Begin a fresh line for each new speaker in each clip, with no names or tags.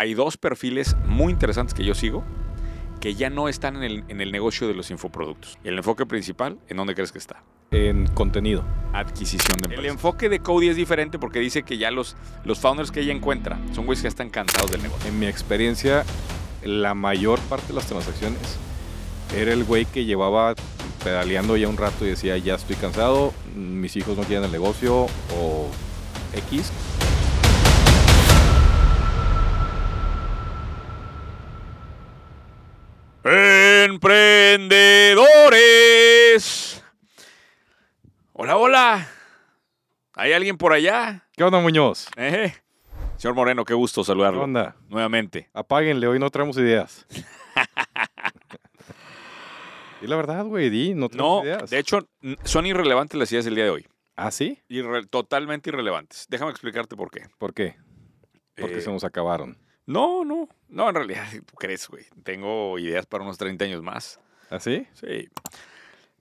hay dos perfiles muy interesantes que yo sigo que ya no están en el, en el negocio de los infoproductos. El enfoque principal, ¿en dónde crees que está?
En contenido.
Adquisición de empresas. El enfoque de Cody es diferente porque dice que ya los, los founders que ella encuentra son güeyes que ya están cansados del negocio.
En mi experiencia, la mayor parte de las transacciones era el güey que llevaba pedaleando ya un rato y decía, ya estoy cansado, mis hijos no quieren el negocio o X.
Emprendedores. Hola, hola. ¿Hay alguien por allá?
¿Qué onda, Muñoz?
¿Eh? Señor Moreno, qué gusto saludarlo.
¿Qué onda?
Nuevamente.
Apáguenle, hoy no traemos ideas. y la verdad, güey, di, no
No,
traemos ideas.
de hecho, n- son irrelevantes las ideas del día de hoy.
¿Ah, sí?
Irre- totalmente irrelevantes. Déjame explicarte por qué.
¿Por qué? Porque
Eh,
se nos acabaron.
No, no. No, en realidad, ¿tú crees, güey? Tengo ideas para unos 30 años más.
¿Ah, sí?
Sí.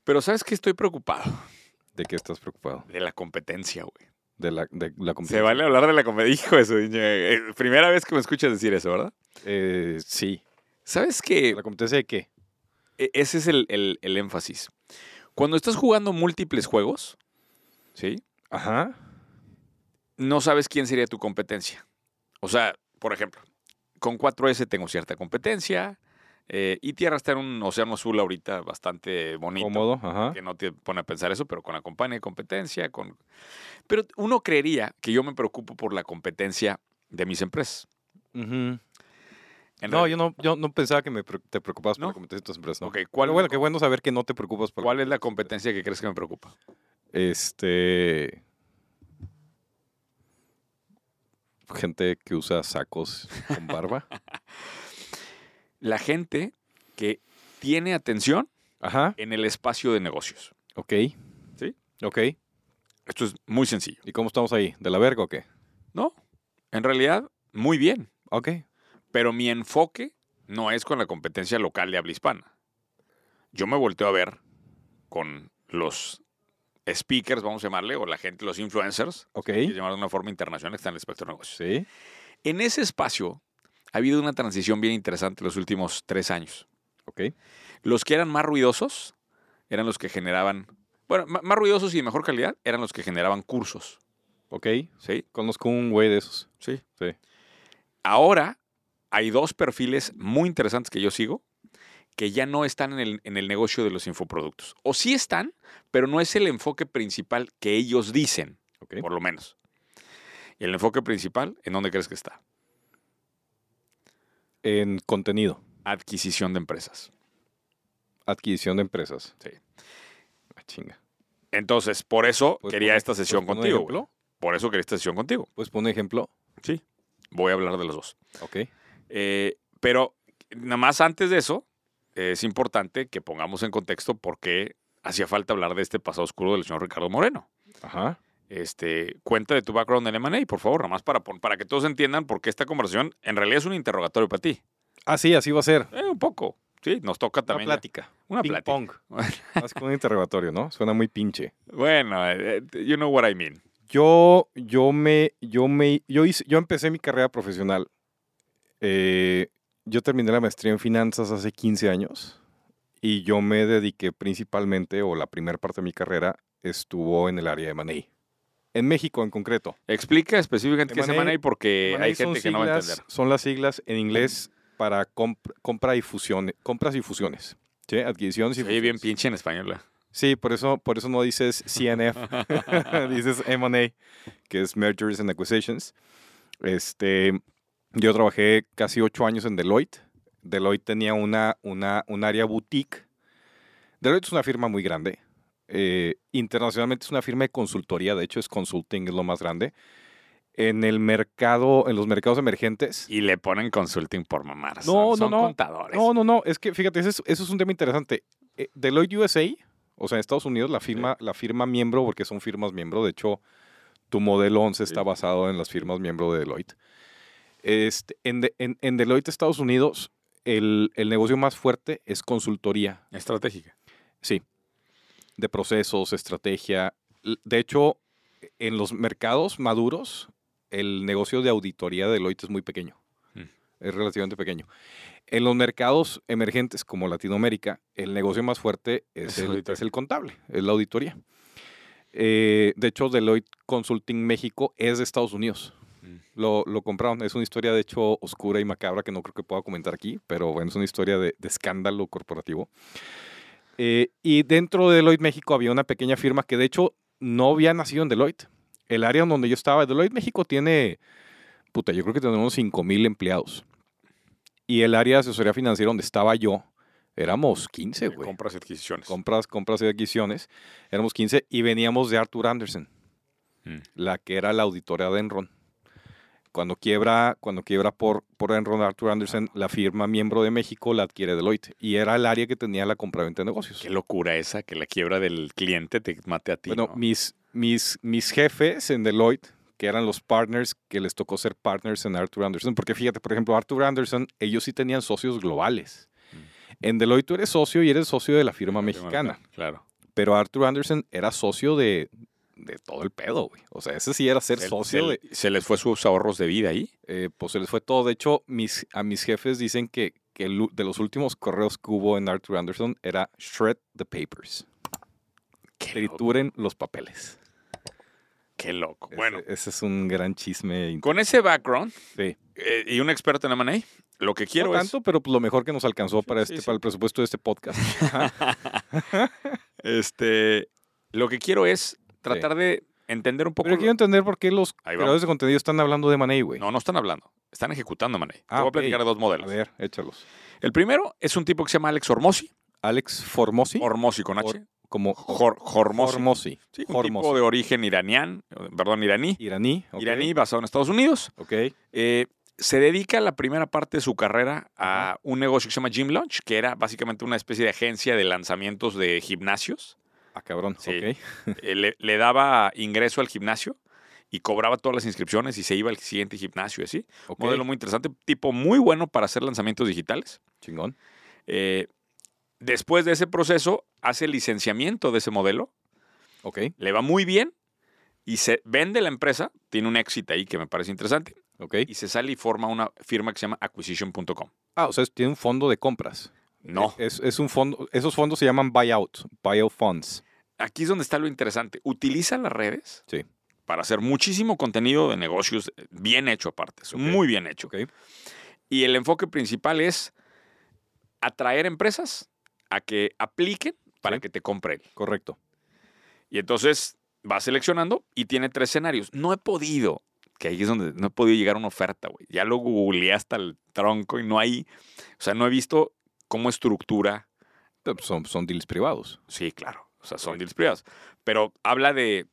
Pero ¿sabes qué? Estoy preocupado
¿De qué estás preocupado?
de la competencia, güey.
De la, de la competencia.
Se vale hablar de la competencia. Hijo de su niña, eh, Primera vez que me escuchas decir eso, ¿verdad?
Eh, sí.
¿Sabes qué?
¿La competencia de qué?
E- Ese es el, el- el énfasis. Cuando estás jugando múltiples juegos, ¿sí?
Ajá.
No sabes quién sería tu competencia. O sea, por ejemplo, con 4S tengo cierta competencia eh, y Tierra está en un océano azul ahorita bastante bonito.
Cómodo, ¿ah? ajá.
Que no te pone a pensar eso, pero con la compañía de competencia, con... Pero uno creería que yo me preocupo por la competencia de mis empresas.
Ujú.
En
No,
realidad-
yo no, yo no pensaba que me pre- te preocupabas por
¿No?
la competencia de tus empresas. No.
Ok, ¿cuál-
Pero bueno, qué bueno saber que no te preocupas por
¿Cuál es la competencia que crees que me preocupa?
Este. Gente que usa sacos con barba.
La gente que tiene atención
Ajá.
en el espacio de negocios.
Ok.
Sí.
Ok.
Esto es muy sencillo,
¿Y cómo estamos ahí? ¿De la verga o qué?
¿no? En realidad, muy bien,
Ok.
pero mi enfoque no es con la competencia local de habla hispana. Yo me volteo a ver con los speakers, vamos a llamarle, o la gente, los influencers,
Ok.
que llamar de una forma internacional, que están en el espectro de negocios.
Sí.
En ese espacio ha habido una transición bien interesante los últimos tres años.
Ok.
Los que eran más ruidosos eran los que generaban, bueno, ma- más ruidosos y de mejor calidad eran los que generaban cursos,
Ok.
¿sí?
Conozco un güey de esos.
Sí.
Sí.
Ahora hay dos perfiles muy interesantes que yo sigo que ya no están en el, en el negocio de los infoproductos. O sí están, pero no es el enfoque principal que ellos dicen,
Ok.
por lo menos. Y el enfoque principal, ¿en dónde crees que está?
En contenido.
Adquisición de empresas.
Adquisición de empresas.
Sí.
Ah, chinga.
Entonces, por eso
Pues,
quería
pues,
esta sesión
pues, pon un
contigo.
ejemplo.
güey. Por eso quería esta sesión contigo.
Pues pon un ejemplo.
Sí. Voy a hablar de los dos.
Ok.
Eh, pero nada más antes de eso, eh, es importante que pongamos en contexto por qué hacía falta hablar de este pasado oscuro del señor Ricardo Moreno.
Ajá.
Este, cuenta de tu background en M&A, por favor, nada más para, pon- para que todos entiendan por qué esta conversación en realidad es un interrogatorio para ti.
Ah, sí, así va a ser.
Eh, un poco, sí, nos toca
¿eh? Una
también. ya.
plática.
Una
Ping
plática.
pong. Más que un interrogatorio, ¿no? Suena muy pinche.
Bueno, eh, eh, you know what I mean.
Yo, yo me, yo me, yo hice, yo empecé mi carrera profesional. Eh, yo terminé la maestría en finanzas hace 15 años y yo me dediqué principalmente, o la primera parte de mi carrera estuvo en el área de M&A. En México en concreto.
Explica específicamente qué es
M&A
M&A porque
M&A
Eh, hay
son
gente que no va a
siglas-
entender.
Son las siglas en inglés para comp- compra y fusiones, compras y fusiones. ¿sí? Adquisiciones y
Se oye bien
fusiones.
pinche en español. ¿eh?
Sí, por eso, por eso no dices CNF, dices M&A, que es Mergers and Acquisitions. Este, yo trabajé casi ocho años en Deloitte. Deloitte tenía una, una, un área boutique. Deloitte es una firma muy grande. Eh, internacionalmente es una firma de consultoría, de hecho es consulting, es lo más grande. En el mercado, en los mercados emergentes.
Y le ponen consulting por mamar.
No,
son,
no,
son
no.
contadores.
No, no, no, es que fíjate, ese es- eso es, un tema interesante. Eh, Deloitte USA, o sea, en Estados Unidos, la firma, la firma miembro, porque son firmas miembro, de hecho, tu modelo 11 está
Sí.
basado en las firmas miembro de Deloitte. Este, en, de- en- en Deloitte, Estados Unidos, el, el negocio más fuerte es consultoría
Estratégica.
de procesos, estrategia. L- De hecho, en los mercados maduros, el negocio de auditoría de Deloitte es muy pequeño.
Mm.
es relativamente pequeño. En los mercados emergentes como Latinoamérica, el negocio más fuerte es,
Es
el,
auditoría.
es el contable, es la auditoría. Eh, de hecho, Deloitte Consulting México es de Estados Unidos.
Mm.
Lo, lo compraron. Es una historia, de hecho, oscura y macabra que no creo que pueda comentar aquí, pero bueno, es una historia de, de escándalo corporativo. Eh, y dentro de Deloitte México había una pequeña firma que, de hecho, no había nacido en Deloitte. El área en donde yo estaba, Deloitte México tiene, puta, yo creo que tenemos 5,000 empleados. Y el área de asesoría financiera donde estaba yo, éramos 15, güey
Eh, Compras y adquisiciones.
compras, compras y adquisiciones. Éramos 15 y veníamos de Arthur Anderson,
Mm.
la que era la auditora de Enron. Cuando quiebra, cuando quiebra por, por Enron Arthur Anderson, la firma miembro de México la adquiere Deloitte. Y era el área que tenía la compraventa de negocios.
Qué locura esa, que la quiebra del cliente te mate a ti.
bueno,
¿no?
mis, mis, mis jefes en Deloitte, que eran los partners que les tocó ser partners en Arthur Anderson, porque fíjate, por ejemplo, Arthur Anderson, ellos sí tenían socios globales. En Deloitte tú eres socio y eres socio Mm. de la firma mexicana.
Claro.
Pero Arthur Anderson era socio de, de todo el pedo, güey. O sea, ese sí era ser
Se-
socio
se-
de...
Se les fue sus ahorros de vida ahí.
eh, pues se les fue todo. De hecho, mis, a mis jefes dicen que, que el u- de los últimos correos que hubo en Arthur Anderson era shred the papers.
Qué loco.
Trituren los papeles.
Qué loco.
Ese-
Bueno,
Ese, es un gran chisme. in-
con ese background
Sí.
eh, y un experto en M&A, lo que quiero
No
es...
tanto, pero pues lo mejor que nos alcanzó para,
sí,
este,
sí.
para el presupuesto de este podcast.
Este, lo que quiero es tratar de entender un poco.
pero
lo-
quiero entender por qué los
Ahí
creadores de contenido están hablando de Money, güey.
No, no están hablando. Están ejecutando, Mané. Te
Ah,
voy a
ok.
platicar de dos
A
modelos.
ver, échalos.
El primero es un tipo que se llama Alex Hormozzi.
Alex Formosi,
Hormozzi con H.
como
Hor- Hormozzi.
Hormosi.
Sí, un tipo
Hormozzi.
de origen iranián, perdón, iraní.
Iraní. ok,
Iraní basado en Estados Unidos.
Ok.
Eh, se dedica la primera parte de su carrera a un negocio que se llama Gym Launch, que era básicamente una especie de agencia de lanzamientos de gimnasios.
Ah, cabrón.
Sí.
ok.
eh, le, le daba ingreso al gimnasio y cobraba todas las inscripciones y se iba al siguiente gimnasio, y así.
ok,
Modelo muy interesante, tipo muy bueno para hacer lanzamientos digitales.
Chingón.
Eh, después de ese proceso, hace licenciamiento de ese modelo,
Ok.
le va muy bien y se vende la empresa, tiene un éxito ahí que me parece interesante,
Ok.
y se sale y forma una firma que se llama acquisition.com.
Ah, o sea, es- tiene un fondo de compras.
No,
Eh, Es, es un fondo, esos fondos se llaman buyout, buyout funds.
aquí es donde está lo interesante. Utiliza las redes
Sí.
para hacer muchísimo contenido de negocios eh, bien hecho aparte, es
Ok.
muy bien hecho.
Ok.
Y el enfoque principal es atraer empresas a que apliquen para
Sí.
que te compren.
Correcto.
Y entonces va seleccionando y tiene tres escenarios. No he podido, que ahí es donde no he podido llegar a una oferta, güey. Ya lo googleé hasta el tronco y no hay, o sea, no he visto cómo estructura.
Pero, pues, Son, son deals privados.
Sí, claro, o sea, son deals privados. Pero habla de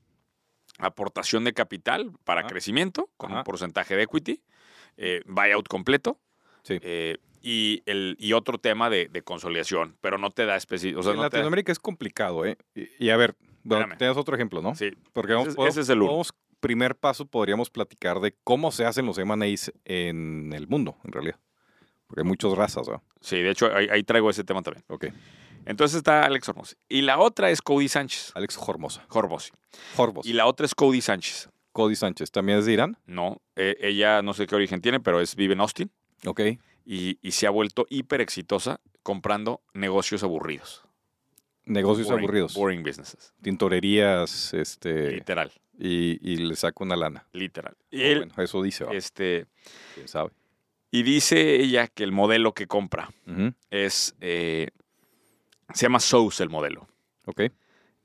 aportación de capital para
Ajá.
crecimiento con un
Ajá.
porcentaje de equity, eh, buyout completo,
Sí.
eh, y, el, y otro tema de, de consolidación, pero no te da específico. O sea,
en
no te da-
Latinoamérica es complicado, ¿eh? Y, y a ver, bueno,
Espérame.
tienes otro ejemplo, ¿no?
Sí,
Porque
Ese
vamos,
es- ese es el uno.
podemos- primer paso podríamos platicar de cómo se hacen los M&As en el mundo, en realidad. Porque hay muchas razas, ¿no?
sí, de hecho ahí, ahí traigo ese tema también.
Ok.
Entonces está Alex Hormozzi. Y la otra es Cody Sánchez.
Alex Hormosa.
Hormozzi.
Hormos.
Y la otra es Cody Sánchez.
Cody Sánchez, ¿también es de Irán?
No, eh, ella no sé qué origen tiene, pero es, vive en Austin
Ok.
y, y se ha vuelto hiper exitosa comprando negocios aburridos.
Negocios
Boring-
aburridos.
Boring businesses.
Tintorerías, este...
Literal,
y, y le saca una lana.
literal. Y
Pero
él,
bueno, eso dice, va,
este,
quién sabe.
y dice ella que el modelo que compra
Ujú,
es, eh, se llama Sous el modelo.
Ok,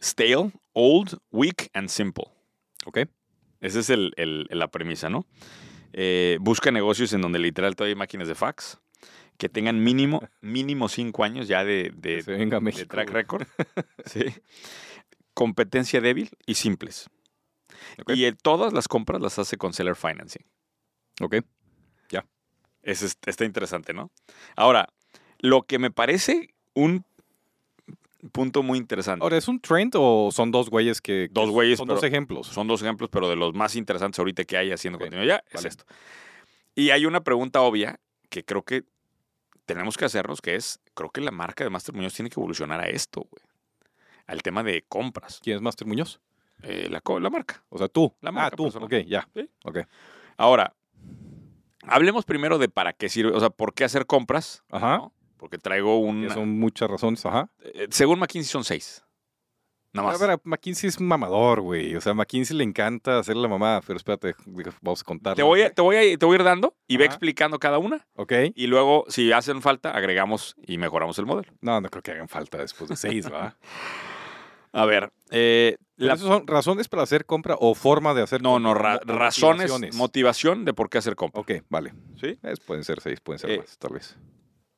Stale, old, weak and simple.
ok.
Esa es el- el- la premisa, ¿no? Eh, busca negocios en donde literal todavía hay máquinas de fax que tengan mínimo, mínimo cinco años ya de, de-
Que se venga a
de
México.
track
güey.
record. Sí. Competencia débil y simples.
Ok.
Y eh, todas las compras las hace con seller financing.
Ok,
Eso es- está interesante, ¿no? Ahora, lo que me parece un punto muy interesante.
Ahora, ¿es un trend o son dos güeyes que... que
Dos güeyes,
Son dos
pero-
ejemplos.
Son dos ejemplos, pero de los más interesantes ahorita que hay haciendo
Ok,
contenido ya es
vale.
esto. Y hay una pregunta obvia que creo que tenemos que hacernos, que es, creo que la marca de Master Muñoz tiene que evolucionar a esto, güey. Al tema de compras.
¿Quién es Master Muñoz?
Eh, la, co- la marca.
O sea, tú.
La marca
ah, tú.
personal.
Ok, ya.
Sí.
Ok.
Ahora, Hablemos primero de para qué sirve, o sea, por qué hacer compras,
Ajá.
¿no? porque traigo un...
que son muchas razones, ajá.
eh, según McKinsey son seis. Nada
A
más.
ver, a McKinsey es un mamador, güey. O sea, a McKinsey le encanta hacer la mamada, pero espérate, vamos a contar.
Te voy, a, te, voy a, te voy a ir dando y ve
Ajá.
explicando cada una
Ok.
y luego, si hacen falta, agregamos y mejoramos el modelo.
No, no creo que hagan falta después de seis, ¿verdad?
A ver, eh,
Pero
la-
¿Esos son razones para hacer compra o forma de hacer
no,
compra,
no, ra-
mo-
razones,
motivaciones?
motivación de por qué hacer compra.
Ok, vale.
¿Sí?
Es- pueden ser seis, pueden ser
Eh,
más, tal vez.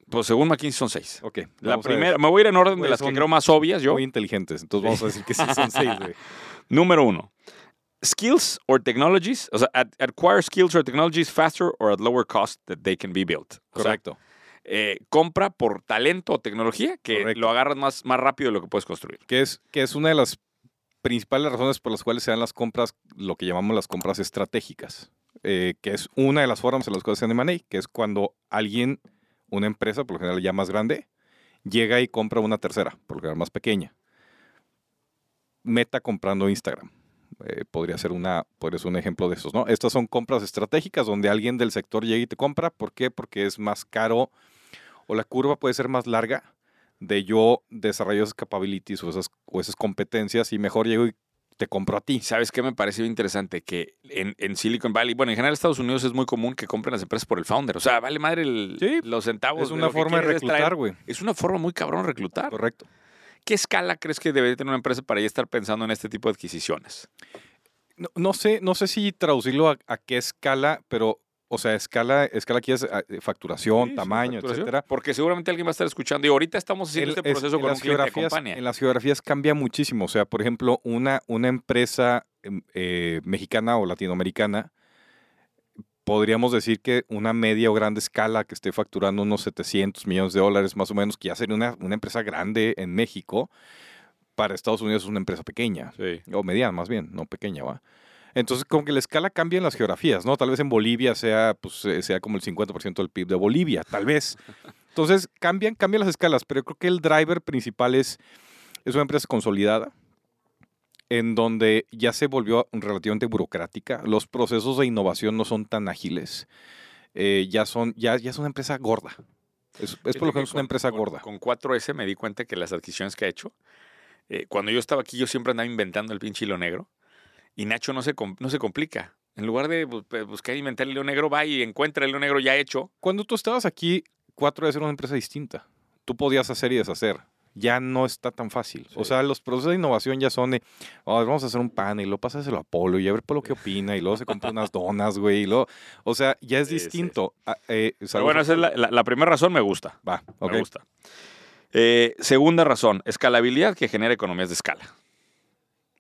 Pues según McKinsey son seis.
Ok.
La
vamos a ver.
primera, me voy a ir en orden de
Pues
las que
son
creo más obvias yo.
Muy inteligentes, entonces vamos a decir que sí son seis, güey.
Número uno, skills or technologies, o sea, ad- acquire skills or technologies faster or at lower cost that they can be built. O sea,
Correcto.
eh, compra por talento o tecnología que
Correcto.
lo agarras más, más rápido de lo que puedes construir.
Que es, que es una de las principales razones por las cuales se dan las compras, lo que llamamos las compras estratégicas, eh, que es una de las formas en las cuales se dan M&A, que es cuando alguien, una empresa, por lo general ya más grande, llega y compra una tercera, por lo general más pequeña. Meta comprando Instagram. eh, podría, ser una, podría ser un ejemplo de esos, ¿no? Estas son compras estratégicas donde alguien del sector llega y te compra. ¿Por qué? Porque es más caro o la curva puede ser más larga de yo desarrollo esas capabilities o esas, o esas competencias y mejor llego y te compro a ti.
Y sabes qué me pareció interesante que en, en Silicon Valley, bueno, en general Estados Unidos es muy común que compren las empresas por el founder. O sea, vale madre el-
Sí,
los centavos.
Es
de
una
lo que
forma de
quieres es traer-
reclutar, güey.
Es una forma muy cabrón de reclutar.
Correcto.
¿Qué escala crees que debería tener una empresa para ya estar pensando en este tipo de adquisiciones?
No, no sé, no sé si traducirlo a, a qué escala, pero, o sea, escala, escala aquí es ah, eh, facturación,
Sí, sí,
tamaño,
facturación.
etcétera.
Porque seguramente alguien va a estar escuchando y ahorita estamos haciendo
El-
este
es-
proceso
en
con un
las
cliente de
geografías-
compañía.
En las geografías cambia muchísimo. O sea, por ejemplo, una, una empresa em, eh, mexicana o latinoamericana, podríamos decir que una media o grande escala que esté facturando unos 700 millones de dólares más o menos, que ya sería una, una empresa grande en México, para Estados Unidos es una empresa pequeña,
Sí.
o mediana más bien, no pequeña, ¿va? Entonces, como que la escala cambia en las geografías, ¿no? Tal vez en Bolivia sea, pues, eh, sea como el 50% del PIB de Bolivia, tal vez. Entonces, cambian, cambian las escalas, pero yo creo que el driver principal es, es una empresa consolidada, en donde ya se volvió relativamente burocrática, los procesos de innovación no son tan ágiles, eh, ya, son, ya, ya es una empresa gorda. Es, es por lo menos
es
una empresa gorda.
Con 4S me di cuenta que las adquisiciones que ha hecho, eh, cuando yo estaba aquí yo siempre andaba inventando el pinche hilo negro y Nacho no se, com- no se complica. En lugar de bu- pe- buscar inventar el hilo negro, va y encuentra el hilo negro ya hecho.
Cuando tú estabas aquí, 4S era una empresa distinta. Tú podías hacer y deshacer. Ya no está tan fácil. O
Sí.
sea, los procesos de innovación ya son de, "A ver, vamos a hacer un panel, lo pásaselo a Polo y a ver Polo qué opina, y luego se compra unas donas, güey. y luego- o sea, ya es
Sí, sí,
distinto. Ah, eh,
Pero
saludos
bueno,
a
esa es
Polo.
la, la- la primera razón, me gusta.
Va, ok.
Me gusta. Eh, segunda razón, escalabilidad que genera economías de escala.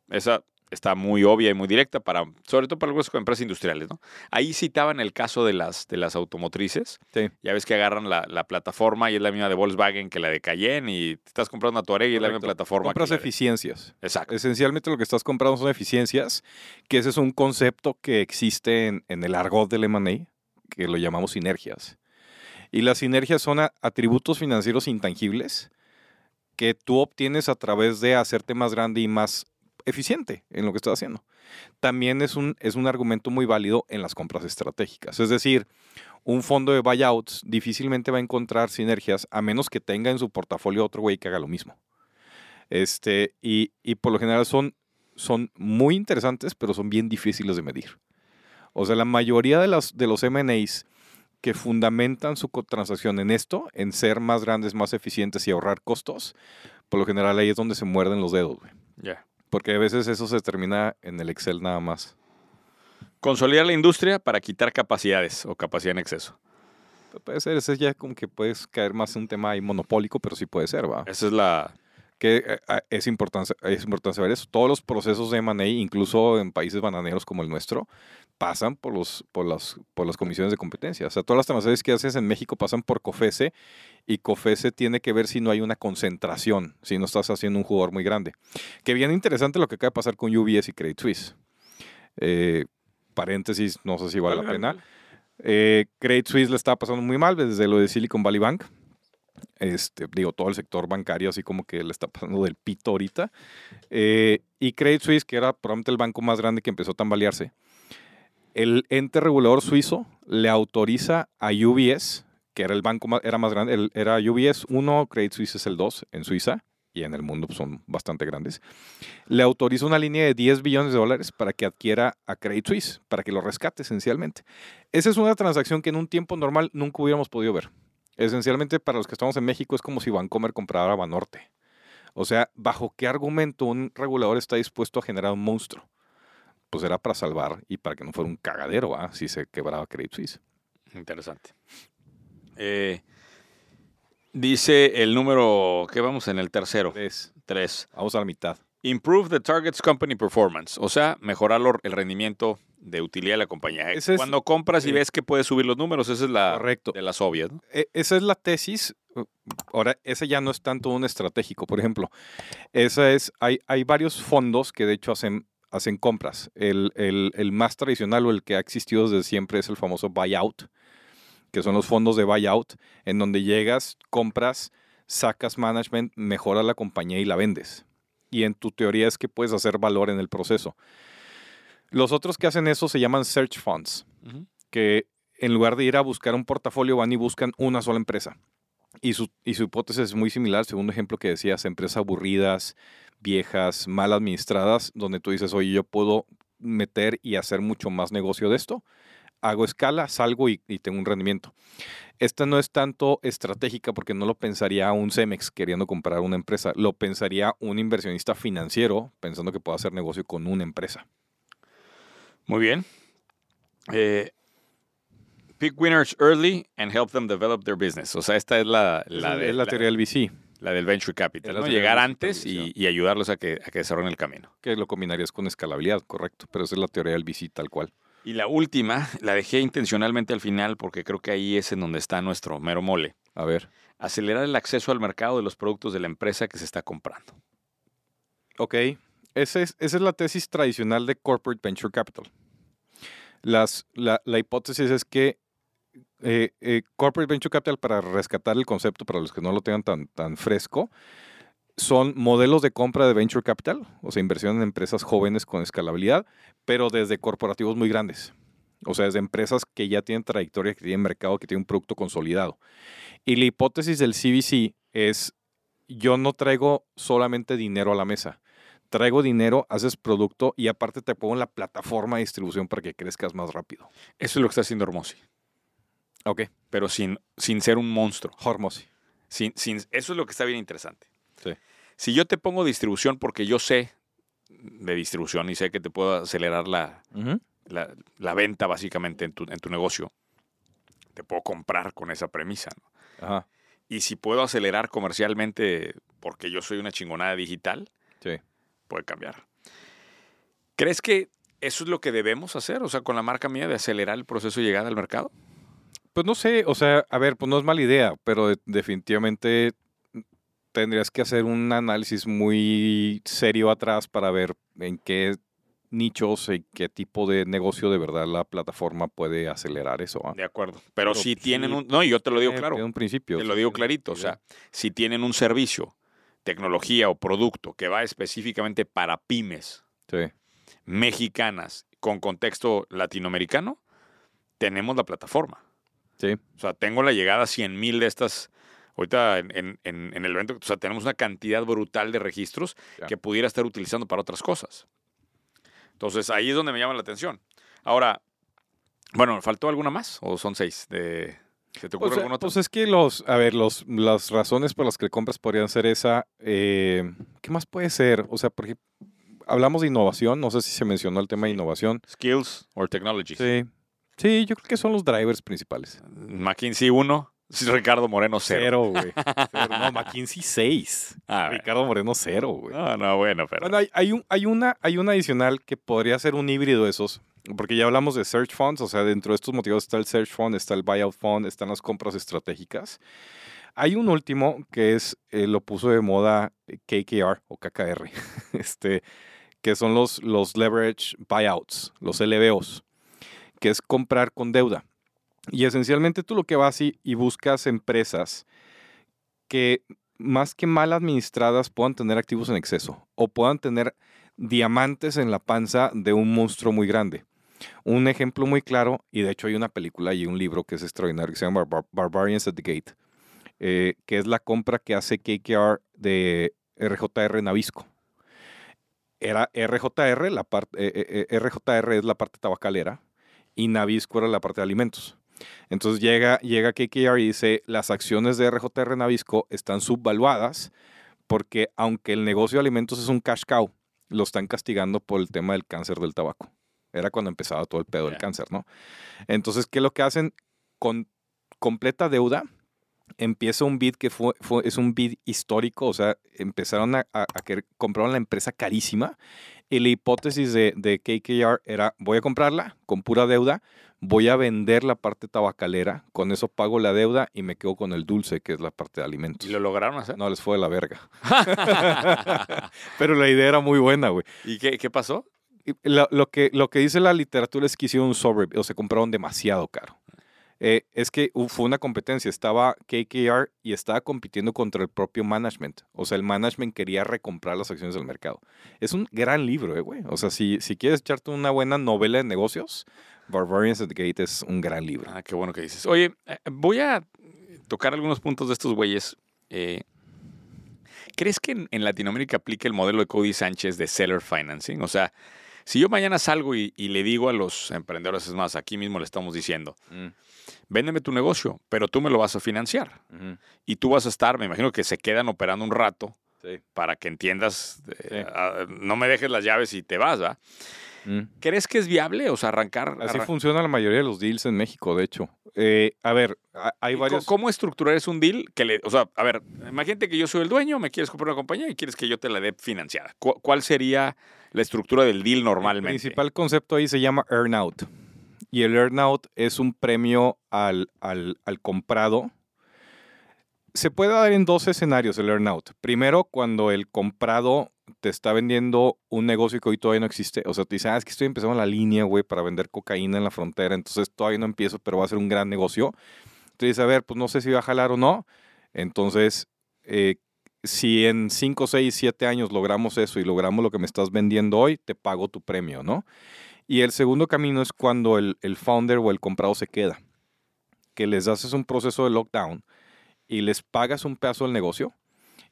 Esa está muy obvia y muy directa, para, sobre todo para algunas empresas industriales. ¿no? Ahí citaban el caso de las, de las automotrices.
Sí.
Ya ves que agarran la, la plataforma y es la misma de Volkswagen que la de Cayenne y te estás comprando una Touareg y es la misma
Correcto.
plataforma. que
Compras
la de-
eficiencias.
Exacto.
Esencialmente lo que estás comprando son eficiencias, que ese es un concepto que existe en, en el argot del M&A, que lo llamamos sinergias. Y las sinergias son a- atributos financieros intangibles que tú obtienes a través de hacerte más grande y más eficiente en lo que estás haciendo. También es un, es un argumento muy válido en las compras estratégicas. Es decir, un fondo de buyouts difícilmente va a encontrar sinergias a menos que tenga en su portafolio otro güey que haga lo mismo. Este, y, y por lo general son, son muy interesantes, pero son bien difíciles de medir. O sea, la mayoría de, las, de los MAs que fundamentan su co- transacción en esto, en ser más grandes, más eficientes y ahorrar costos, por lo general ahí es donde se muerden los dedos, güey.
Ya.
Porque a veces eso se termina en el Excel nada más.
Consolidar la industria para quitar capacidades o capacidad en exceso.
Pero Puede ser, ese ya como que puedes caer más en un tema ahí monopólico, pero sí puede ser, ¿va?
Esa es la...
Que eh, ah, es importante, es importante ver eso. Todos los procesos de M&A, incluso en países bananeros como el nuestro, pasan por, los, por, las, por las comisiones de competencia. O sea, todas las transacciones que haces en México pasan por COFESE y COFESE tiene que ver si no hay una concentración, si no estás haciendo un jugador muy grande. Que bien interesante lo que acaba de pasar con UBS y Credit Suisse. Eh, paréntesis, no sé si vale la
Vale,
pena.
vale.
Eh, Credit Suisse le estaba pasando muy mal desde lo de Silicon Valley Bank. Este, digo, todo el sector bancario así como que le está pasando del pito ahorita. Eh, y Credit Suisse, que era probablemente el banco más grande que empezó a tambalearse, El ente regulador suizo le autoriza a UBS, que era el banco más, era más grande, el- era UBS 1, Credit Suisse es el 2 en Suiza y en el mundo pues, son bastante grandes, le autoriza una línea de 10 billones de dólares para que adquiera a Credit Suisse, para que lo rescate esencialmente. Esa es una transacción que en un tiempo normal nunca hubiéramos podido ver. Esencialmente para los que estamos en México es como si Bancomer comprara Banorte. O sea, ¿bajo qué argumento un regulador está dispuesto a generar un monstruo? Pues era para salvar y para que no fuera un cagadero, ¿va? Si se quebraba Credit Suisse.
Interesante. Eh, dice el número, ¿qué vamos en el tercero?
Tres.
Tres.
Pues, Vamos a la mitad.
Improve the target's company performance, o sea, mejorar lo- el rendimiento de utilidad de la compañía.
Ese es-
Cuando compras y
sí.
ves que puedes subir los números, esa es la
Correcto.
de las obvias. ¿no?
E- esa es la tesis. Uh, Ahora, ese ya no es tanto un estratégico, por ejemplo. Esa es, hay, hay varios fondos que de hecho hacen, hacen compras. El, el- el más tradicional o el que ha existido desde siempre es el famoso buyout, que son los fondos de buyout, en donde llegas, compras, sacas management, mejoras la compañía y la vendes. Y en tu teoría es que puedes hacer valor en el proceso. Los otros que hacen eso se llaman search funds que en lugar de ir a buscar un portafolio, van y buscan una sola empresa. Y su, y su hipótesis es muy similar, según un ejemplo que decías, empresas aburridas, viejas, mal administradas, donde tú dices, oye, yo puedo meter y hacer mucho más negocio de esto. Hago escala, salgo y, y tengo un rendimiento. Esta no es tanto estratégica porque no lo pensaría un Cemex queriendo comprar una empresa, lo pensaría un inversionista financiero pensando que puede hacer negocio con una empresa.
Muy bien. Eh, pick winners early and help them develop their business. O sea, esta es la, la,
Esa
de-
es la
la-
teoría del VC,
la del venture capital.
Es la
¿no?
teoría
Llegar
del venture
antes y,
capital,
y ayudarlos a que, a que desarrollen el camino.
que lo combinarías con escalabilidad, correcto, pero esa es la teoría del VC tal cual.
Y la última, la dejé intencionalmente al final porque creo que ahí es en donde está nuestro mero mole.
A ver.
Acelerar el acceso al mercado de los productos de la empresa que se está comprando.
Ok. Ese es- esa es la tesis tradicional de Corporate Venture Capital. Las, la, la hipótesis es que eh, eh, Corporate Venture Capital, para rescatar el concepto, para los que no lo tengan tan, tan fresco, son modelos de compra de Venture Capital, o sea, inversión en empresas jóvenes con escalabilidad, pero desde corporativos muy grandes. O sea, desde empresas que ya tienen trayectoria, que tienen mercado, que tienen un producto consolidado. Y la hipótesis del CVC es, yo no traigo solamente dinero a la mesa traigo dinero, haces producto y aparte te pongo en la plataforma de distribución para que crezcas más rápido.
Eso es lo que está haciendo Hermosi,
Ok.
pero sin, sin ser un monstruo.
Hormosi.
Sin, sin, eso es lo que está bien interesante.
Sí.
Si yo te pongo distribución porque yo sé de distribución y sé que te puedo acelerar la, la, la venta básicamente en tu, en tu negocio, te puedo comprar con esa premisa. ¿no?
Ajá.
Y si puedo acelerar comercialmente porque yo soy una chingonada digital,
Sí.
puede cambiar. ¿Crees que eso es lo que debemos hacer? O sea, con la marca mía de acelerar el proceso de llegada al mercado.
Pues no sé, o sea, a ver, pues no es mala idea, pero de- definitivamente tendrías que hacer un análisis muy serio atrás para ver en qué nichos y qué tipo de negocio de verdad la plataforma puede acelerar eso. ¿ah?
De acuerdo. Pero
Pero
si
sí.
tienen un... No, y yo te lo digo
Eh,
claro.
En un principio.
Te lo digo clarito, o sea, si tienen un servicio, tecnología o producto que va específicamente para pymes
Sí.
mexicanas con contexto latinoamericano, tenemos la plataforma.
Sí.
O sea, tengo la llegada a 100 mil de estas. Ahorita en, en- en- en el evento, o sea, tenemos una cantidad brutal de registros
Ya.
que pudiera estar utilizando para otras cosas. Entonces, ahí es donde me llama la atención. Ahora, bueno, ¿faltó alguna más? ¿O son seis? De, ¿Se te ocurre
Pues, eh,
alguna otra?
pues es que los, a ver, los, las razones por las que compras podrían ser esa. eh, ¿Qué más puede ser? O sea, porque hablamos de innovación, no sé si se mencionó el tema de innovación.
Skills or technologies.
Sí. Sí, yo creo que son los drivers principales.
McKinsey 1, Ricardo Moreno 0.
güey. Cero. No, McKinsey 6. Ricardo Moreno 0, güey.
Ah, no, no, bueno, pero.
Bueno, hay, hay un- hay una, hay una adicional que podría ser un híbrido de esos, porque ya hablamos de search funds, o sea, dentro de estos motivos está el search fund, está el buyout fund, están las compras estratégicas. Hay un último que es, eh, lo puso de moda eh, KKR o KKR, este, que son los, los leverage buyouts, los LBOs, que es comprar con deuda. Y esencialmente tú lo que vas y- y buscas empresas que más que mal administradas puedan tener activos en exceso o puedan tener diamantes en la panza de un monstruo muy grande. Un ejemplo muy claro, y de hecho hay una película y un libro que es extraordinario, que se llama Bar- Barbarians at the Gate, eh, que es la compra que hace KKR de RJR Navisco. Era RJR, la parte, eh, eh, RJR es la parte tabacalera y Navisco era la parte de alimentos. Entonces llega, llega KKR y dice, las acciones de RJR Navisco están subvaluadas porque aunque el negocio de alimentos es un cash cow, lo están castigando por el tema del cáncer del tabaco. Era cuando empezaba todo el pedo del
Ya.
cáncer, ¿no? Entonces, ¿qué es lo que hacen? Con completa deuda, empieza un bid que fue, fue- es un bid histórico, o sea, empezaron a, a, a querer- compraron la empresa carísima y la hipótesis de, de KKR era, voy a comprarla con pura deuda, voy a vender la parte tabacalera, con eso pago la deuda y me quedo con el dulce, que es la parte de alimentos.
¿Y lo lograron hacer?
No, les fue de la verga. Pero la idea era muy buena, güey.
¿Y qué, qué pasó?
Y Lo, lo que, lo que dice la literatura es que hicieron un sobre, o se compraron demasiado caro. Eh, es que hu- fue una competencia, estaba KKR y estaba compitiendo contra el propio management. O sea, el management quería recomprar las acciones del mercado. Es un gran libro, eh, güey. O sea, si, si quieres echarte una buena novela de negocios, Barbarians at the Gate es un gran libro.
Ah, qué bueno que dices. Oye, eh, voy a tocar algunos puntos de estos güeyes. Eh, ¿Crees que en, en Latinoamérica aplica el modelo de Cody Sánchez de seller financing? O sea, si yo mañana salgo y, y le digo a los emprendedores, es más, aquí mismo le estamos diciendo, véndeme tu negocio, pero tú me lo vas a financiar. Y tú vas a estar, me imagino que se quedan operando un rato
Sí.
para que entiendas, eh,
Sí.
ah, no me dejes las llaves y te vas, ¿va? ¿Crees que es viable? O sea, arrancar...
Así
arran-
funciona la mayoría de los deals en México, de hecho. Eh, a ver, a- hay
¿Y co-
varios...
¿Cómo estructurar es un deal que le, o sea, a ver, imagínate que yo soy el dueño, me quieres comprar una compañía y quieres que yo te la dé financiada. ¿Cu- ¿Cuál sería la estructura del deal normalmente?
El principal concepto ahí se llama earnout. Y el earnout es un premio al, al- al comprado. Se puede dar en dos escenarios el earnout. Primero, cuando el comprado te está vendiendo un negocio que hoy todavía no existe. O sea, te dice, ah, es que estoy empezando la línea, güey, para vender cocaína en la frontera. Entonces todavía no empiezo, pero va a ser un gran negocio. Entonces dices, a ver, pues no sé si va a jalar o no. Entonces, eh, si en 5, 6, 7 años logramos eso y logramos lo que me estás vendiendo hoy, te pago tu premio, ¿no? Y el segundo camino es cuando el, el founder o el comprado se queda, que les haces un proceso de lockdown y les pagas un pedazo del negocio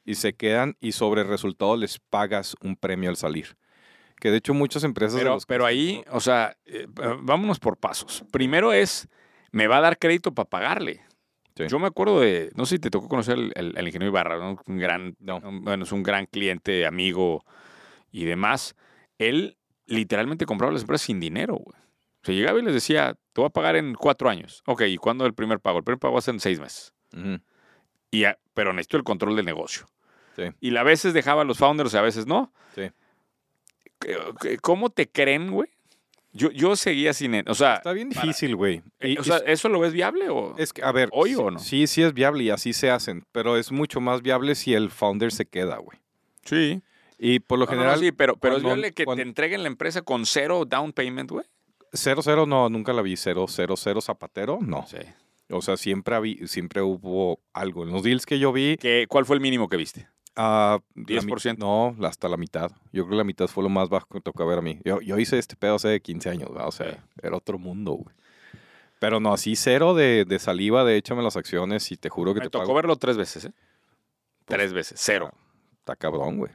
y se quedan y sobre el resultado les pagas un premio al salir. Que de hecho muchas empresas... de
Pero,
los que
pero
están-
ahí, o sea, eh, eh, vámonos por pasos. Primero es, me va a dar crédito para pagarle.
Sí.
Yo me acuerdo de, no sé si te tocó conocer al, al- al ingeniero Ibarra, ¿no? un gran,
No.
un- bueno, es un gran cliente, amigo y demás. Él literalmente compraba las empresas sin dinero, güey. O sea, llegaba y les decía, te voy a pagar en cuatro años. Ok, ¿y cuándo el primer pago? El primer pago va a ser en seis meses.
Ujú,
Y a- pero necesito el control del negocio.
Sí.
Y a veces dejaba a los founders, a veces no.
Sí.
¿Qué- qué- ¿Cómo te creen, güey? Yo, yo seguía sin... en- O sea,
Está bien
para-
difícil, güey.
eh,
Y-
o
y
sea, ¿eso lo ves viable o...?
Es que, a ver.
¿Hoy
sí-
o no?
Sí, sí es viable y así se hacen, pero es mucho más viable si el founder se queda, güey.
sí.
Y por lo general,
sí, pero, pero es
cuando-
viable que
cuando-
te entreguen la empresa con cero down payment, güey.
cero, cero, no, nunca la vi. Cero, cero, cero, zapatero, no.
Sí.
O sea, siempre, habí- siempre hubo algo. En los deals que yo vi,
¿Qué- ¿Cuál fue el mínimo que viste?
ah, la mi-
10%.
No, hasta la mitad. Yo creo que la mitad fue lo más bajo que me tocó ver a mí. Yo, yo hice este pedo hace 15 años, ¿verdad? o sea,
Sí.
era otro mundo, güey. Pero no, así cero de, de saliva de échame las acciones y te juro que
Me
te
tocó
pago.
verlo tres veces, ¿eh?
Pues,
tres veces, cero.
Está cabrón, güey.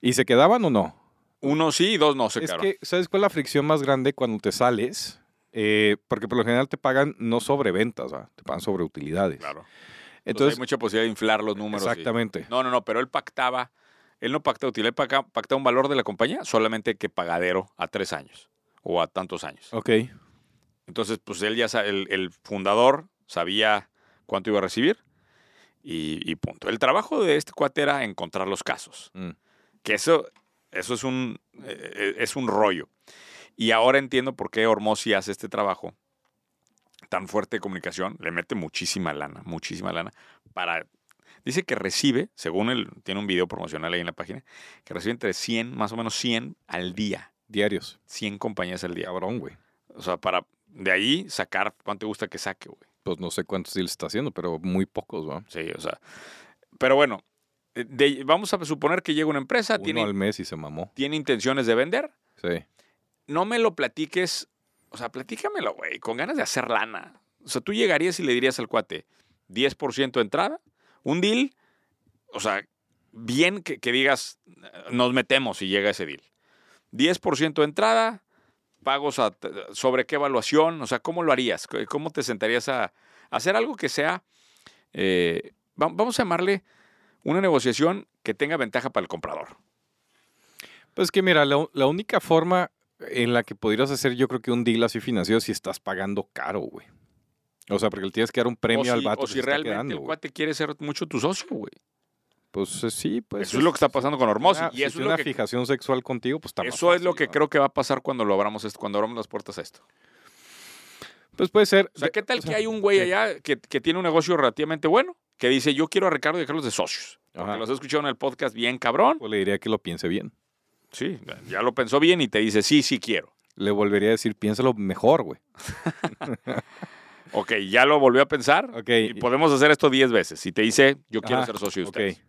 ¿Y se quedaban o no?
Uno sí y dos no, se
es
quedaron.
que, ¿sabes cuál es la fricción más grande cuando te sales? Eh, porque por lo general te pagan no sobre ventas, ¿va? te pagan sobre utilidades.
Claro. Entonces,
Entonces,
hay mucha posibilidad de inflar los números. y-
exactamente.
No, no, no, pero él pactaba, él no pactaba utilidad, él pacta- pactaba un valor de la compañía, solamente que pagadero a tres años o a tantos años.
Ok.
Entonces, pues él ya, sa- el, el fundador sabía cuánto iba a recibir y, y punto. El trabajo de este cuate era encontrar los casos,
Mm.
que eso, eso es, un, eh, eh, es un rollo. Y ahora entiendo por qué Hormozzi hace este trabajo tan fuerte de comunicación, le mete muchísima lana, muchísima lana, para... Dice que recibe, según él, tiene un video promocional ahí en la página, que recibe entre 100, más o menos 100 al día,
Diarios.
100 compañías al día.
Cabrón, güey.
O sea, para de ahí sacar cuánto te gusta que saque, güey.
Pues no sé cuántos deals está haciendo, pero muy pocos, ¿va?
Sí, o sea. Pero bueno, eh, de- vamos a suponer que llega una empresa,
Uno
Ah, tiene,
al mes y se mamó.
tiene intenciones de vender,
Sí.
no me lo platiques, o sea, platícamelo, güey, con ganas de hacer lana. O sea, tú llegarías y le dirías al cuate 10% de entrada, un deal, o sea, bien que, que digas, nos metemos y llega ese deal. 10% de entrada, pagos a- sobre qué evaluación, o sea, ¿cómo lo harías? ¿Cómo te sentarías a, a hacer algo que sea, eh, va- vamos a llamarle una negociación que tenga ventaja para el comprador?
Pues que mira, la, la única forma en la que podrías hacer yo creo que un deal así financiero si estás pagando caro, güey. O sea, porque le tienes que dar un
o
premio
si,
al vato
o
que
si
se está
realmente
quedando,
el
güey.
cuate quiere ser mucho tu socio, güey.
Pues eh, sí, pues.
eso es lo que está
si
pasando con
tiene
Hormozy.
una-
y
si
eso
tiene
es lo
una
que,
fijación sexual contigo, pues está más
eso es lo
fácil,
que
¿no?
creo que va a pasar cuando lo abramos esto, cuando abramos las puertas a esto.
Pues puede ser.
O sea,
de-
¿qué tal
o sea,
que hay un güey
sí.
allá que, que tiene un negocio relativamente bueno que dice yo quiero a Ricardo y dejarlos de socios?
Ajá.
Que los he escuchado en el podcast bien cabrón.
Pues le diría que lo piense bien.
Sí, ya lo pensó bien y te dice sí, sí quiero.
Le volvería a decir, piénsalo mejor, güey.
Ok, ya lo volvió a pensar.
Ok.
Y podemos hacer esto 10 veces. Si te dice, yo quiero
Ajá,
ser socio de
ok.
ustedes.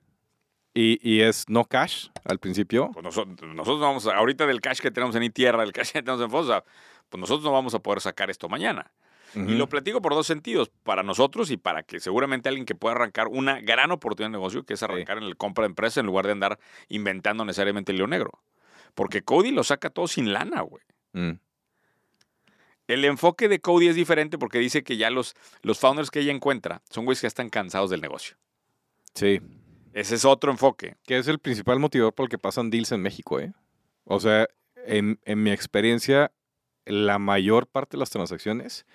Y, y es no cash al principio.
Pues noso- nosotros, no vamos a, ahorita del cash que tenemos en tierra, del cash que tenemos en Fosa, pues nosotros no vamos a poder sacar esto mañana. Y
Ujú.
lo platico por dos sentidos, para nosotros y para que seguramente alguien que pueda arrancar una gran oportunidad de negocio, que es arrancar en el compra de empresa en lugar de andar inventando necesariamente el león negro. Porque Cody lo saca todo sin lana, güey.
Mm.
El enfoque de Cody es diferente porque dice que ya los, los founders que ella encuentra son güeyes que ya están cansados del negocio.
Sí.
Ese es otro enfoque.
Que es el principal motivador por el que pasan deals en México, ¿eh? O sea, en, en mi experiencia, la mayor parte de las transacciones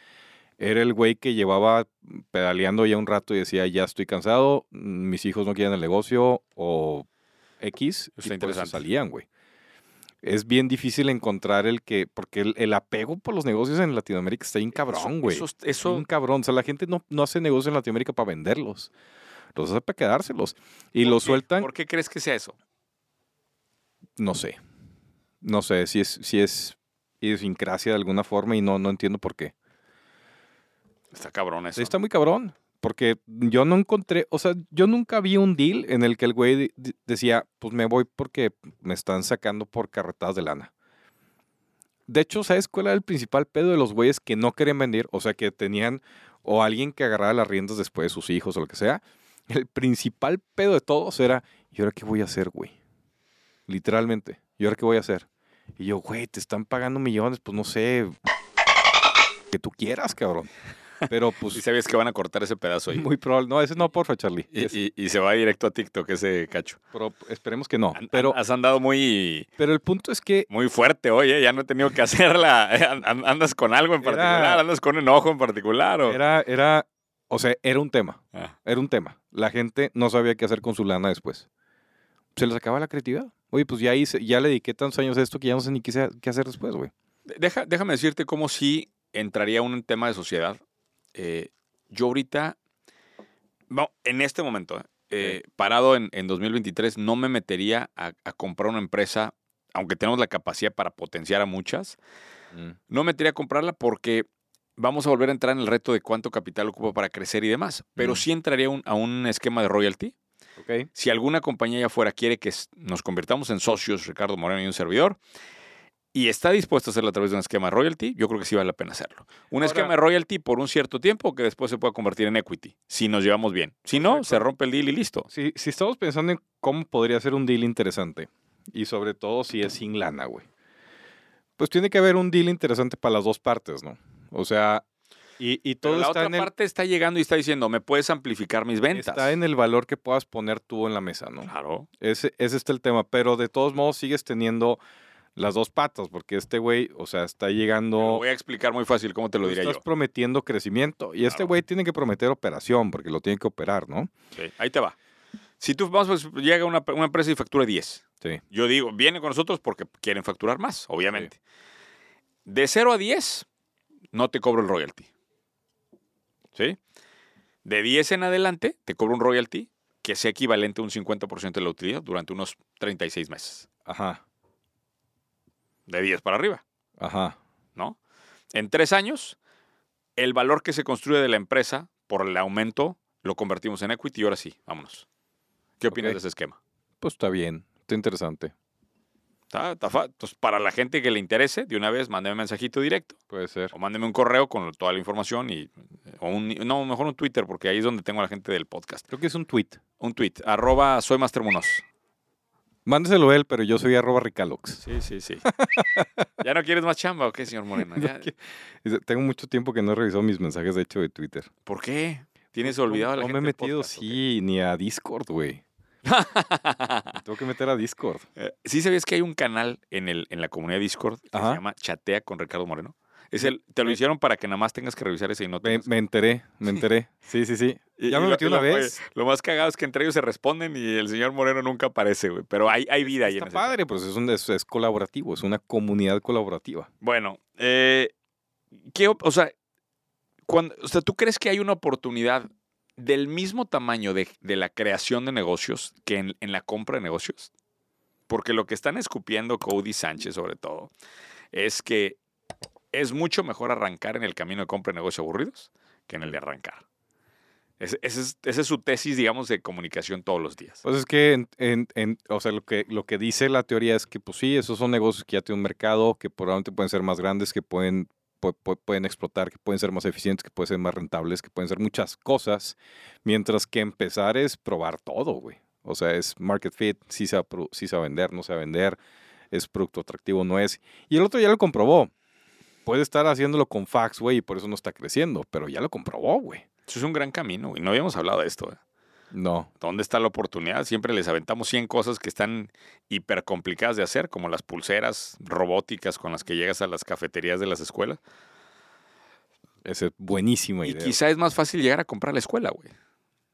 era el güey que llevaba pedaleando ya un rato y decía, ya estoy cansado, mm, mis hijos no quieren el negocio o
Está
X. y por eso
interesante.
salían, güey. Es bien difícil encontrar el que, porque el, el apego por los negocios en Latinoamérica está bien cabrón, güey.
Eh, Eso, eso-
Un cabrón. O sea, la gente no, no hace negocio en Latinoamérica para venderlos. Los hace para quedárselos. Y los
¿por qué?
sueltan.
¿Por qué crees que sea eso?
No sé. No sé si es, si es idiosincrasia de alguna forma y no, no entiendo por qué.
Está cabrón eso.
Está muy cabrón. Porque yo no encontré, o sea, yo nunca vi un deal en el que el güey de- de- decía, pues me voy porque me están sacando por carretadas de lana. De hecho, ¿sabes cuál era el principal pedo de los güeyes que no querían vender? O sea, que tenían o alguien que agarraba las riendas después de sus hijos o lo que sea. El principal pedo de todos era, ¿y ahora qué voy a hacer, güey? Literalmente, ¿y ahora qué voy a hacer? Y yo, güey, te están pagando millones, pues no sé, que tú quieras, cabrón. Pero pues
¿Y sabías que van a cortar ese pedazo ahí?
muy probable. No, ese no, porfa, Charlie.
Y,
Es-
y- y se va directo a TikTok ese cacho.
pero esperemos que no.
Han-
Pero,
han- has andado muy,
pero el punto es que
muy fuerte hoy, ¿eh? ya no he tenido que hacerla. An- an- ¿Andas con algo en
Era-
particular? ¿Andas con enojo en particular? o-
era, era, o sea, era un tema.
Ah,
Era un tema. La gente no sabía qué hacer con su lana después. Se les acaba la creatividad. Oye, pues ya hice, ya le dediqué tantos años a esto que ya no sé ni qué, sea- qué hacer después, güey.
de- deja- déjame decirte cómo sí entraría un tema de sociedad. Eh, yo ahorita, no, en este momento, ¿eh? Eh, parado en, en 2023, no me metería a- a comprar una empresa, aunque tenemos la capacidad para potenciar a muchas.
Mm.
No me metería a comprarla porque vamos a volver a entrar en el reto de cuánto capital ocupa para crecer y demás. Pero
Mm.
sí entraría un- a un esquema de royalty.
Ok.
Si alguna compañía allá afuera quiere que s- nos convirtamos en socios, Ricardo Moreno y un servidor, y está dispuesto a hacerlo a través de un esquema de royalty, yo creo que sí vale la pena hacerlo. Un
Ahora-
esquema de royalty por un cierto tiempo que después se pueda convertir en equity, si nos llevamos bien. Si no,
Perfecto.
se rompe el deal y listo.
Si, si estamos pensando en cómo podría ser un deal interesante, y sobre todo si es sin lana, güey, pues tiene que haber un deal interesante para las dos partes, ¿no? O sea, y, y
Pero
todo
la
está
otra
en el,
parte está llegando y está diciendo, ¿me puedes amplificar mis ventas?
Está en el valor que puedas poner tú en la mesa, ¿no?
Claro.
Ese, ese está el tema. Pero de todos modos sigues teniendo las dos patas, porque este güey, o sea, está
Te lo
llegando.
voy a explicar muy fácil cómo te lo
tú
diría
estás
yo.
prometiendo crecimiento. Y este
Claro.
güey tiene que prometer operación, porque lo tiene que operar, ¿no?
Sí, ahí te va. Si tú vamos, pues, llega una, una empresa y factura 10.
Sí.
Yo digo, viene con nosotros porque quieren facturar más, obviamente. De 0 a 10, no te cobro el royalty. ¿Sí? De 10 en adelante, te cobro un royalty que sea equivalente a un 50% de la utilidad durante unos 36 meses.
Ajá,
De 10 para arriba,
ajá.
¿no? En tres años, el valor que se construye de la empresa por el aumento lo convertimos en equity y ahora sí, vámonos. ¿Qué opinas
Ok.
de ese esquema?
Pues está bien, está interesante.
Está, está fa- Entonces, para la gente que le interese, de una vez, mándeme un mensajito directo
Puede ser.
o mándeme un correo con toda la información y eh, o un, no, mejor un Twitter porque ahí es donde tengo a la gente del podcast.
Creo que es un tweet.
Un tweet, arroba soy Master Munoz.
Mándeselo él, pero yo soy arroba Ricalox.
Sí, sí, sí. ¿Ya no quieres más chamba o qué, señor Moreno? Ya-
Dice, Tengo mucho tiempo que no he revisado mis mensajes, de hecho, de Twitter.
¿Por qué? ¿Tienes olvidado a la
No
gente
me he
del
metido,
podcast, o qué?
sí, ni a Discord, güey. Me Tengo que meter a Discord.
Eh, ¿Sí sabías que hay un canal en, el, en la comunidad Discord que
Ajá.
se llama Chatea con Ricardo Moreno? Es el, te lo hicieron para que nada más tengas que revisar ese y no
Me,
tengas-
me enteré, me enteré. Sí, sí, sí.
Y-
Ya
y
me
lo-
metí
y
una
lo- oye,
vez.
Lo más cagado es que entre ellos se responden y el señor Moreno nunca aparece, güey. Pero hay, hay vida ahí en
Está
ese chat.
padre, pues es, un, es, es colaborativo, es una comunidad colaborativa.
Bueno, eh, ¿qué op- o, sea, cuando, o sea, ¿tú crees que hay una oportunidad del mismo tamaño de, de la creación de negocios que en, en la compra de negocios? Porque lo que están escupiendo Cody Sánchez, sobre todo, es que es mucho mejor arrancar en el camino de compra de negocios aburridos que en el de arrancar. Ese- ese es- esa es su tesis, digamos, de comunicación todos los días.
Pues es que, en- en- en- o sea, lo que, lo que dice la teoría es que, pues sí, esos son negocios que ya tienen un mercado, que probablemente pueden ser más grandes, que pueden, pu- pu- pueden explotar, que pueden ser más eficientes, que pueden ser más rentables, que pueden ser muchas cosas, mientras que empezar es probar todo, güey. O sea, es market fit, si se va, a produ- sí se va a vender, no se va a vender, es producto atractivo, no es. Y el otro ya lo comprobó. Puede estar haciéndolo con fax, güey, y por eso no está creciendo, pero ya lo comprobó, güey.
Eso es un gran camino, güey. No habíamos hablado de esto, ¿eh?
No.
¿Dónde está la oportunidad? Siempre les aventamos 100 cosas que están hiper complicadas de hacer, como las pulseras robóticas con las que llegas a las cafeterías de las escuelas.
Esa es buenísima
Y
idea.
quizá es más fácil llegar a comprar la escuela, güey.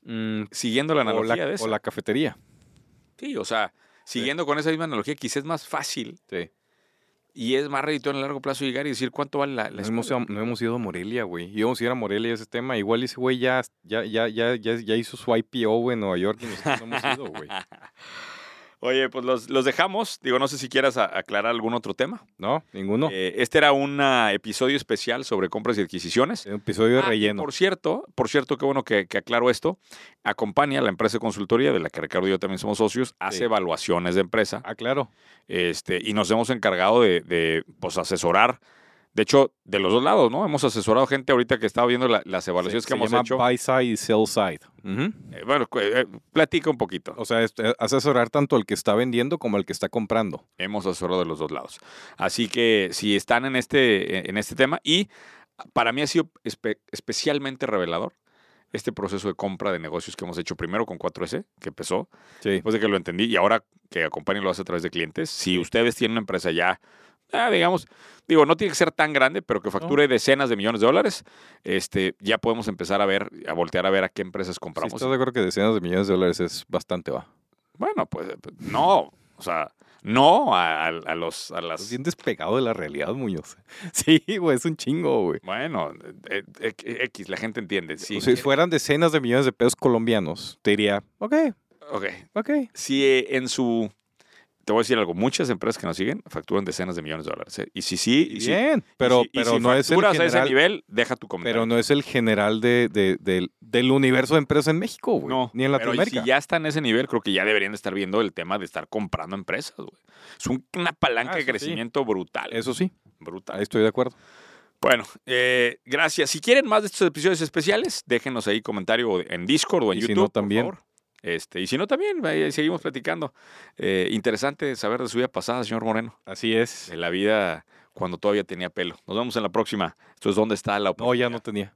Mm,
Siguiendo la
o,
analogía
la,
de
o
eso.
la cafetería.
Sí, o sea, siguiendo con esa misma analogía, quizá es más fácil
Sí.
y es más redituable en el largo plazo llegar y decir cuánto vale la, la
No, hemos,
escuela.
ido- no hemos ido a Morelia, güey. Íbamos a ir a Morelia ese tema. Igual ese güey ya, ya, ya, ya, ya, ya hizo su IPO güey, en Nueva York y nosotros no hemos ido, güey.
Oye, pues los, los dejamos. Digo, no sé si quieras a- aclarar algún otro tema.
¿No? Ninguno.
Eh, este era un ah, episodio especial sobre compras y adquisiciones.
un episodio de
Ah, y
relleno.
Por cierto, por cierto, qué bueno que, que aclaro esto. Acompaña la empresa de consultoría, de la que Ricardo y yo también somos socios, hace
Sí.
evaluaciones de empresa
Ah, claro.
este, y nos hemos encargado de, de, pues, asesorar. De hecho, de los dos lados, ¿no? Hemos asesorado gente ahorita que estaba viendo la- las evaluaciones
Se-
que
se
hemos
llama
hecho.
Buy side y sell side. Ujú.
Eh, bueno, cu- eh, platica un poquito.
O sea, es- eh, asesorar tanto al que está vendiendo como al que está comprando.
Hemos asesorado de los dos lados. Así que si están en este, en este tema, y para mí ha sido espe- especialmente revelador este proceso de compra de negocios que hemos hecho primero con 4S, que empezó,
Sí.
después de que lo entendí y ahora que acompañen lo hace a través de clientes, si ustedes tienen una empresa ya, ah, digamos, digo, no tiene que ser tan grande, pero que facture decenas de millones de dólares, este, ya podemos empezar a ver, a voltear a ver a qué empresas
Sí,
compramos.
estás de acuerdo que decenas de millones de dólares es bastante, va.
bueno, pues no, o sea, no a, a- a los, a
Estás
las...
bien despegado de la realidad, Muñoz. Sí, güey, es un chingo, güey.
Bueno, eh, eh, X, la gente entiende. Sí,
si fueran decenas de millones de pesos colombianos, te diría, ok,
ok.
ok.
Si eh, en su... Te voy a decir algo, muchas empresas que nos siguen facturan decenas de millones de dólares. ¿eh? Y si sí, y si
Bien, pero,
y si- y
pero
si
no es el
facturas a
general,
ese nivel, deja tu comentario.
pero no es el general de, de- del- del universo de empresas en México, güey. ni
Pero y
en Latinoamérica.
si ya está en ese nivel, creo que ya deberían de estar viendo el tema de estar comprando empresas, güey. Es un- una palanca
Ah,
de
eso sí.
crecimiento brutal.
Eso sí, ahí
brutal.
estoy de acuerdo.
Bueno, eh, gracias. Si quieren más de estos episodios especiales, déjenos ahí comentario en Discord o en
Y si
YouTube.
no,
por
también.
favor. Este, y si no, también, ahí seguimos platicando. Eh, interesante saber de su vida pasada, señor Moreno.
Así es.
De la vida cuando todavía tenía pelo. Nos vemos en la próxima. Esto es ¿Dónde está la
No, ya
oportunidad?
no tenía.